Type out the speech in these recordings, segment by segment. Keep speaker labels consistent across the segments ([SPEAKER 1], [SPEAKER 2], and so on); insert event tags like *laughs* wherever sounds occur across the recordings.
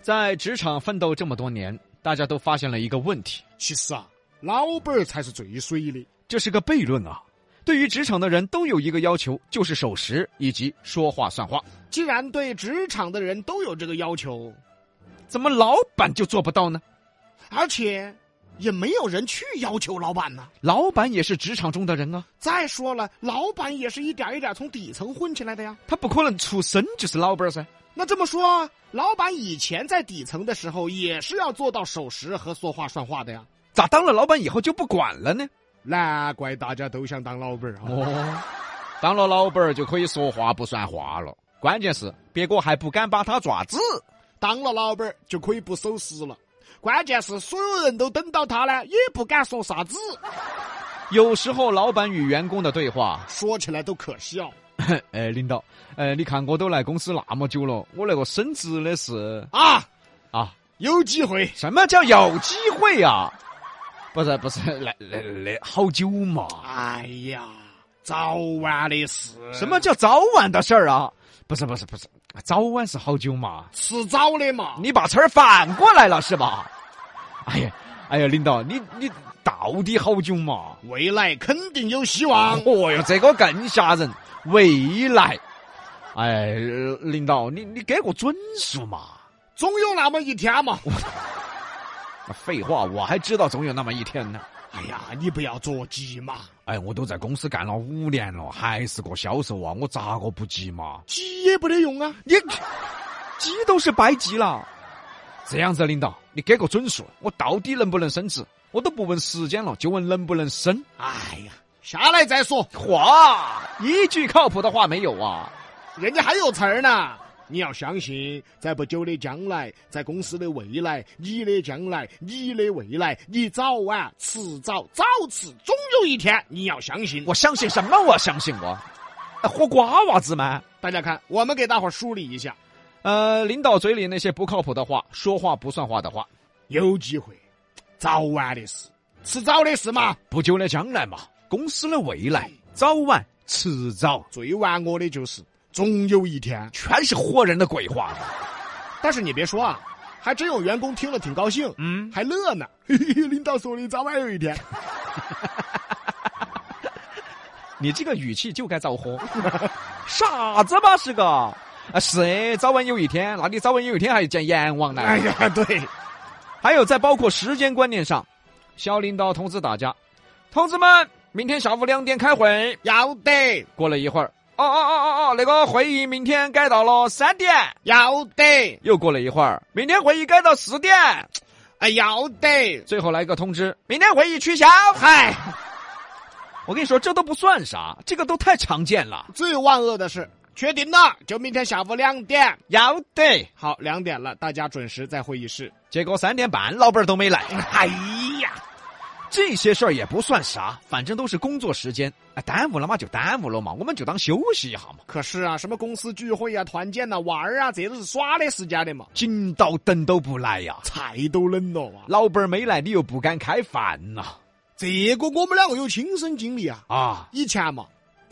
[SPEAKER 1] 在职场奋斗这么多年，大家都发现了一个问题，
[SPEAKER 2] 其实啊，老板儿才是最水的。
[SPEAKER 1] 这是个悖论啊。对于职场的人都有一个要求，就是守时以及说话算话。
[SPEAKER 2] 既然对职场的人都有这个要求，
[SPEAKER 1] 怎么老板就做不到呢？
[SPEAKER 2] 而且也没有人去要求老板呢。
[SPEAKER 1] 老板也是职场中的人啊，
[SPEAKER 2] 再说了，老板也是一点一点从底层混起来的呀。
[SPEAKER 1] 他不可能出生就是老板儿噻。
[SPEAKER 2] 那这么说，老板以前在底层的时候，也是要做到守时和说话算话的呀。
[SPEAKER 1] 咋当了老板以后就不管了呢？
[SPEAKER 2] 难怪大家都想当老板儿啊！
[SPEAKER 1] 哦，当了老板儿就可以说话不算话了，关键是别个还不敢把他爪子。
[SPEAKER 2] 当了老板儿就可以不守时了，关键是所有人都等到他呢，也不敢说啥子，
[SPEAKER 1] 有时候老板与员工的对话，
[SPEAKER 2] 说起来都可笑。
[SPEAKER 1] *coughs* 哎，领导，哎，你看我都来公司那么久了，我那个升职的事
[SPEAKER 2] 啊，
[SPEAKER 1] 啊，
[SPEAKER 2] 有机会
[SPEAKER 1] 什么叫有机会啊？不是不是，来来来，好久嘛？
[SPEAKER 2] 哎呀，早晚的事。
[SPEAKER 1] 什么叫早晚的事儿啊？不是不是不是，早晚是好久嘛？
[SPEAKER 2] 迟早的嘛？
[SPEAKER 1] 你把词儿反过来了是吧？ *laughs* 哎呀，哎呀，领导，你你到底好久嘛？
[SPEAKER 2] 未来肯定有希望。
[SPEAKER 1] 哦哟，这个更吓人。未来，哎，领导，你你给我准数嘛？
[SPEAKER 2] 总有那么一天嘛。
[SPEAKER 1] 啊废话，我还知道总有那么一天呢。
[SPEAKER 2] 哎呀，你不要着急嘛，
[SPEAKER 1] 哎，我都在公司干了五年了，还是个销售啊，我咋个不急嘛？
[SPEAKER 2] 急也不得用啊。
[SPEAKER 1] 你急都是白急了。这样子，领导，你给个准数，我到底能不能升职？我都不问时间了，就问能不能升。
[SPEAKER 2] 哎呀，下来再说，
[SPEAKER 1] 哇，一句靠谱的话没有啊！
[SPEAKER 2] 人家还有词儿呢。你要相信，在不久的将来，在公司的未来，你的将来，你的未来，你早晚、迟早、早迟，总有一天，你要相信。
[SPEAKER 1] 我相信什么？我相信我，哎活瓜娃子吗？
[SPEAKER 2] 大家看，我们给大伙儿梳理一下：
[SPEAKER 1] 呃，领导嘴里那些不靠谱的话，说话不算话的话，
[SPEAKER 2] 有机会，早晚的事，迟早的事嘛。
[SPEAKER 1] 不久的将来嘛，公司的未来，早晚迟早，
[SPEAKER 2] 最玩我的就是，总有一天。
[SPEAKER 1] 全是唬人的鬼话。
[SPEAKER 2] 但是你别说啊，还真有员工听了挺高兴，
[SPEAKER 1] 嗯，
[SPEAKER 2] 还乐呢。 *laughs* 嘿嘿嘿，领导说的，早晚有一天。
[SPEAKER 1] 你这个语气就该遭豁， *laughs* 傻子吧是个？啊，是，早晚有一天，那你早晚有一天还要见阎王呢。
[SPEAKER 2] 哎呀，对，
[SPEAKER 1] 还有在包括时间观念上，小领导通知大家，同志们，明天下午两点开会。
[SPEAKER 2] 要得，
[SPEAKER 1] 过了一会儿，哦哦哦哦哦，那个会议明天改到了三点。
[SPEAKER 2] 要得，
[SPEAKER 1] 又过了一会儿，明天会议改到四点。
[SPEAKER 2] 哎，要得，
[SPEAKER 1] 最后来个通知，明天会议取消。
[SPEAKER 2] 嗨，
[SPEAKER 1] *laughs* 我跟你说，这都不算啥，这个都太常见了。
[SPEAKER 2] 最万恶的是，确定了就明天下午两点。
[SPEAKER 1] 要得，
[SPEAKER 2] 好，两点了，大家准时在会议室。
[SPEAKER 1] 结果三点半老板儿都没来。
[SPEAKER 2] 哎呀，
[SPEAKER 1] 这些事儿也不算啥，反正都是工作时间，哎，耽误了嘛就耽误了嘛，我们就当休息一下嘛。
[SPEAKER 2] 可是啊，什么公司聚会啊、团建呐、玩儿啊，这都是耍的时间的嘛。
[SPEAKER 1] 紧到等都不来呀、
[SPEAKER 2] 菜都冷了啊！
[SPEAKER 1] 老板儿没来，你又不敢开饭呐、
[SPEAKER 2] 这个我们两个有亲身经历啊。
[SPEAKER 1] 啊！啊
[SPEAKER 2] 以前嘛，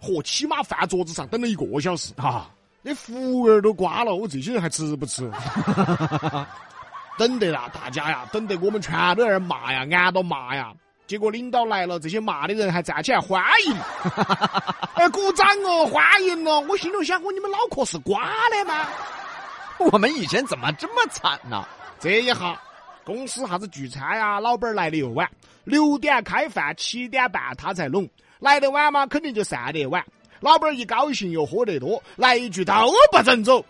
[SPEAKER 2] 嚯，起码饭桌子上等了一个小时，
[SPEAKER 1] *laughs* 啊！
[SPEAKER 2] 那服务员都瓜了，我这些人还吃不吃？ *laughs* 等得啦，大家呀，等得我们全都在那儿骂呀，挨到骂呀。结果领导来了，这些骂的人还站起来欢迎，哎，鼓掌哦，欢迎哦！我心中想，我你们脑壳是瓜的吗？
[SPEAKER 1] 我们以前怎么这么惨呢、
[SPEAKER 2] 这一下，公司啥子聚餐呀、老板儿来的又晚，六点开饭，七点半他才拢。来得晚嘛，肯定就散得晚。老板儿一高兴又喝得多，来一句都不准走，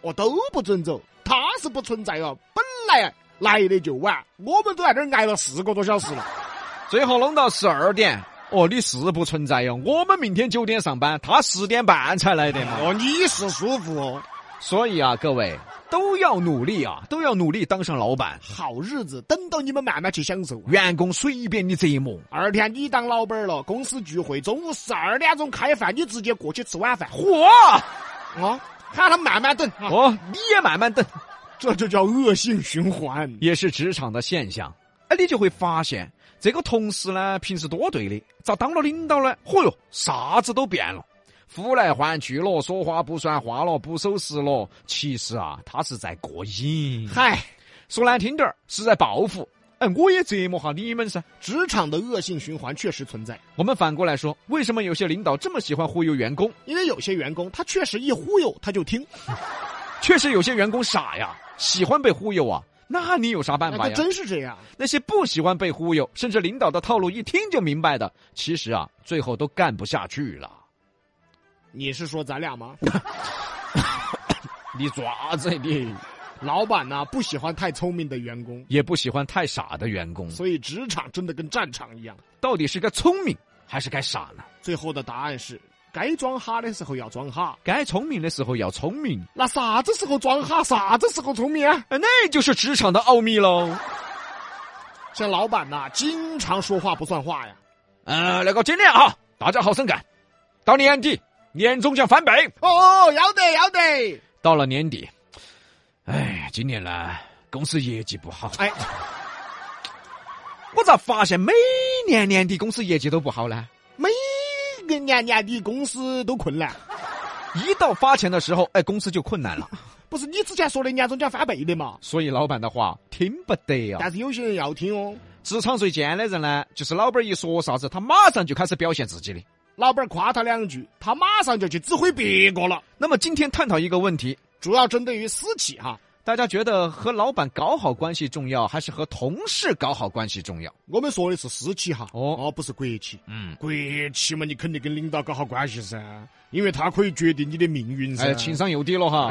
[SPEAKER 2] 我都不准走，他是不存在哟、本来来的就晚，我们都在这儿挨了四个多小时了。
[SPEAKER 1] 最后弄到十二点，哦，你是不存在哟。我们明天九点上班，他十点半才来的嘛。
[SPEAKER 2] 哦，你是舒服哦，
[SPEAKER 1] 所以啊，各位都要努力啊，都要努力当上老板。
[SPEAKER 2] 好日子等到你们慢慢去享受。
[SPEAKER 1] 员工随便你折磨，
[SPEAKER 2] 二天你当老板儿了，公司聚会中午十二点钟开饭，你直接过去吃晚饭。
[SPEAKER 1] 嚯！
[SPEAKER 2] 啊，喊他慢慢等，啊、
[SPEAKER 1] 哦，你也慢慢等，
[SPEAKER 2] 这就叫恶性循环。
[SPEAKER 1] 也是职场的现象。哎，你就会发现，这个同事呢，平时多对的，咋当了领导呢？嚯哟，啥子都变了，呼来唤去了，说话不算话了，不守时了。其实啊，他是在过瘾，
[SPEAKER 2] 嗨，
[SPEAKER 1] 说难听点儿是在报复。哎，我也折磨下你们噻。
[SPEAKER 2] 职场的恶性循环确实存在，
[SPEAKER 1] 我们反过来说，为什么有些领导这么喜欢忽悠员工？
[SPEAKER 2] 因为有些员工他确实一忽悠他就听，
[SPEAKER 1] 确实有些员工傻呀，喜欢被忽悠啊。那你有啥办
[SPEAKER 2] 那
[SPEAKER 1] 法
[SPEAKER 2] 他
[SPEAKER 1] 呀？
[SPEAKER 2] 真是这样。
[SPEAKER 1] 那些不喜欢被忽悠，甚至领导的套路一听就明白的，其实啊，最后都干不下去了。
[SPEAKER 2] 你是说咱俩吗？
[SPEAKER 1] *laughs* 你爪子你
[SPEAKER 2] 老板呢不喜欢太聪明的员工，
[SPEAKER 1] 也不喜欢太傻的员工，
[SPEAKER 2] 所以职场真的跟战场一样。
[SPEAKER 1] 到底是该聪明还是该傻呢？
[SPEAKER 2] 最后的答案是，该装哈的时候要装哈，
[SPEAKER 1] 该聪明的时候要聪明，
[SPEAKER 2] 那啥子时候装哈，啥子时候聪明啊？
[SPEAKER 1] 呃那就是职场的奥秘喽。
[SPEAKER 2] 像老板呐，经常说话不算话呀。
[SPEAKER 1] 呃，那个今年啊，大家好生干，到年底年终奖翻倍。
[SPEAKER 2] 哦，要得要得。
[SPEAKER 1] 到了年底，哎，今年呢公司业绩不好，
[SPEAKER 2] 哎，
[SPEAKER 1] 我咋发现每年年底公司业绩都不好呢？
[SPEAKER 2] 每个年年底公司都困难，
[SPEAKER 1] 一到发钱的时候，哎，公司就困 *laughs* 难了，
[SPEAKER 2] 不是你之前说的年终奖翻倍的嘛？
[SPEAKER 1] 所以老板的话听不得呀、
[SPEAKER 2] 但是有些人要听哦。
[SPEAKER 1] 职场最贱的人呢，就是老板一说啥子，他马上就开始表现自己的。
[SPEAKER 2] 老板夸他两句，他马上就去指挥别个了。
[SPEAKER 1] 那么今天探讨一个问题，
[SPEAKER 2] 主要针对于私企哈，
[SPEAKER 1] 大家觉得和老板搞好关系重要，还是和同事搞好关系重要？
[SPEAKER 2] 我们说的是私企哈，
[SPEAKER 1] 哦
[SPEAKER 2] 哦，不是国企。
[SPEAKER 1] 嗯，
[SPEAKER 2] 国企嘛，你肯定跟领导搞好关系噻，因为他可以决定你的命运噻。啊
[SPEAKER 1] 哎，情商又低了哈。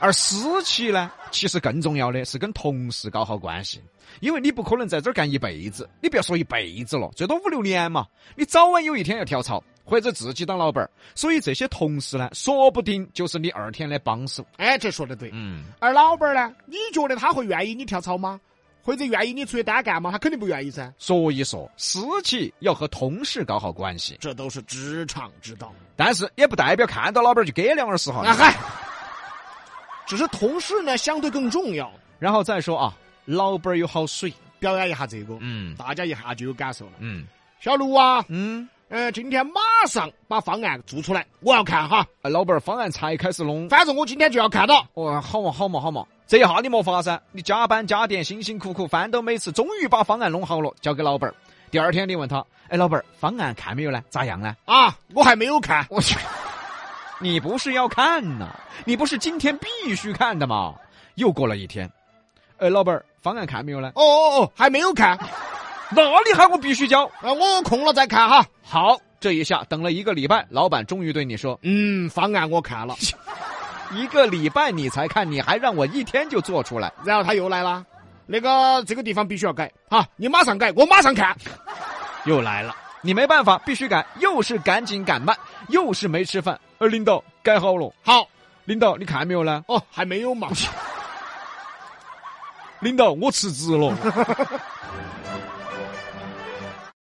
[SPEAKER 1] 而私企呢，其实更重要的是跟同事搞好关系，因为你不可能在这儿干一辈子，你不要说一辈子了，最多五六年嘛，你早晚有一天要跳槽，或者自己当老板儿。所以这些同事呢，说不定就是你二天的帮手。
[SPEAKER 2] 哎，这说的对。
[SPEAKER 1] 嗯，
[SPEAKER 2] 而老板儿呢，你觉得他会愿意你跳槽吗？或者愿意你出去单干吗？他肯定不愿意噻。
[SPEAKER 1] 所以说私企要和同事搞好关系，
[SPEAKER 2] 这都是职场之道。
[SPEAKER 1] 但是也不代表看到老板儿就给两耳屎哈。
[SPEAKER 2] 啊嗨，只是同事呢相对更重要。
[SPEAKER 1] 然后再说啊，老板儿有好水。
[SPEAKER 2] 表扬一下这个，
[SPEAKER 1] 嗯
[SPEAKER 2] 大家一下就有感受了。
[SPEAKER 1] 嗯
[SPEAKER 2] 小卢啊，
[SPEAKER 1] 嗯，
[SPEAKER 2] 呃，今天马上把方案做出来，我要看哈。
[SPEAKER 1] 啊老板儿方案才开始弄。
[SPEAKER 2] 反正我今天就要看到。
[SPEAKER 1] 哦，好嘛，好嘛，好嘛！这一下你没法噻，你加班加点，辛辛苦苦，翻斗每次，终于把方案弄好了，交给老板儿。第二天你问他，哎，老板儿，方案看没有呢？咋样呢？
[SPEAKER 2] 啊，我还没有看，
[SPEAKER 1] 我去， *laughs* 你不是要看呐、你不是今天必须看的吗？又过了一天，哎，老板儿，方案看没有呢？
[SPEAKER 2] 哦哦哦，还没有看，
[SPEAKER 1] 那你喊我必须交？
[SPEAKER 2] 呃，我空了再看哈。
[SPEAKER 1] 好，这一下等了一个礼拜，老板终于对你说，
[SPEAKER 2] 嗯，方案我看了，
[SPEAKER 1] 一个礼拜你才看，你还让我一天就做出来，
[SPEAKER 2] 然后他又来了，那个这个地方必须要改哈，你马上改，我马上看。
[SPEAKER 1] 又来了，你没办法，必须赶，又是赶紧赶慢，又是没吃饭。呃，领导改好了，
[SPEAKER 2] 好，
[SPEAKER 1] 领导你看没有呢？
[SPEAKER 2] 哦，还没有嘛。
[SPEAKER 1] 领导我辞职了。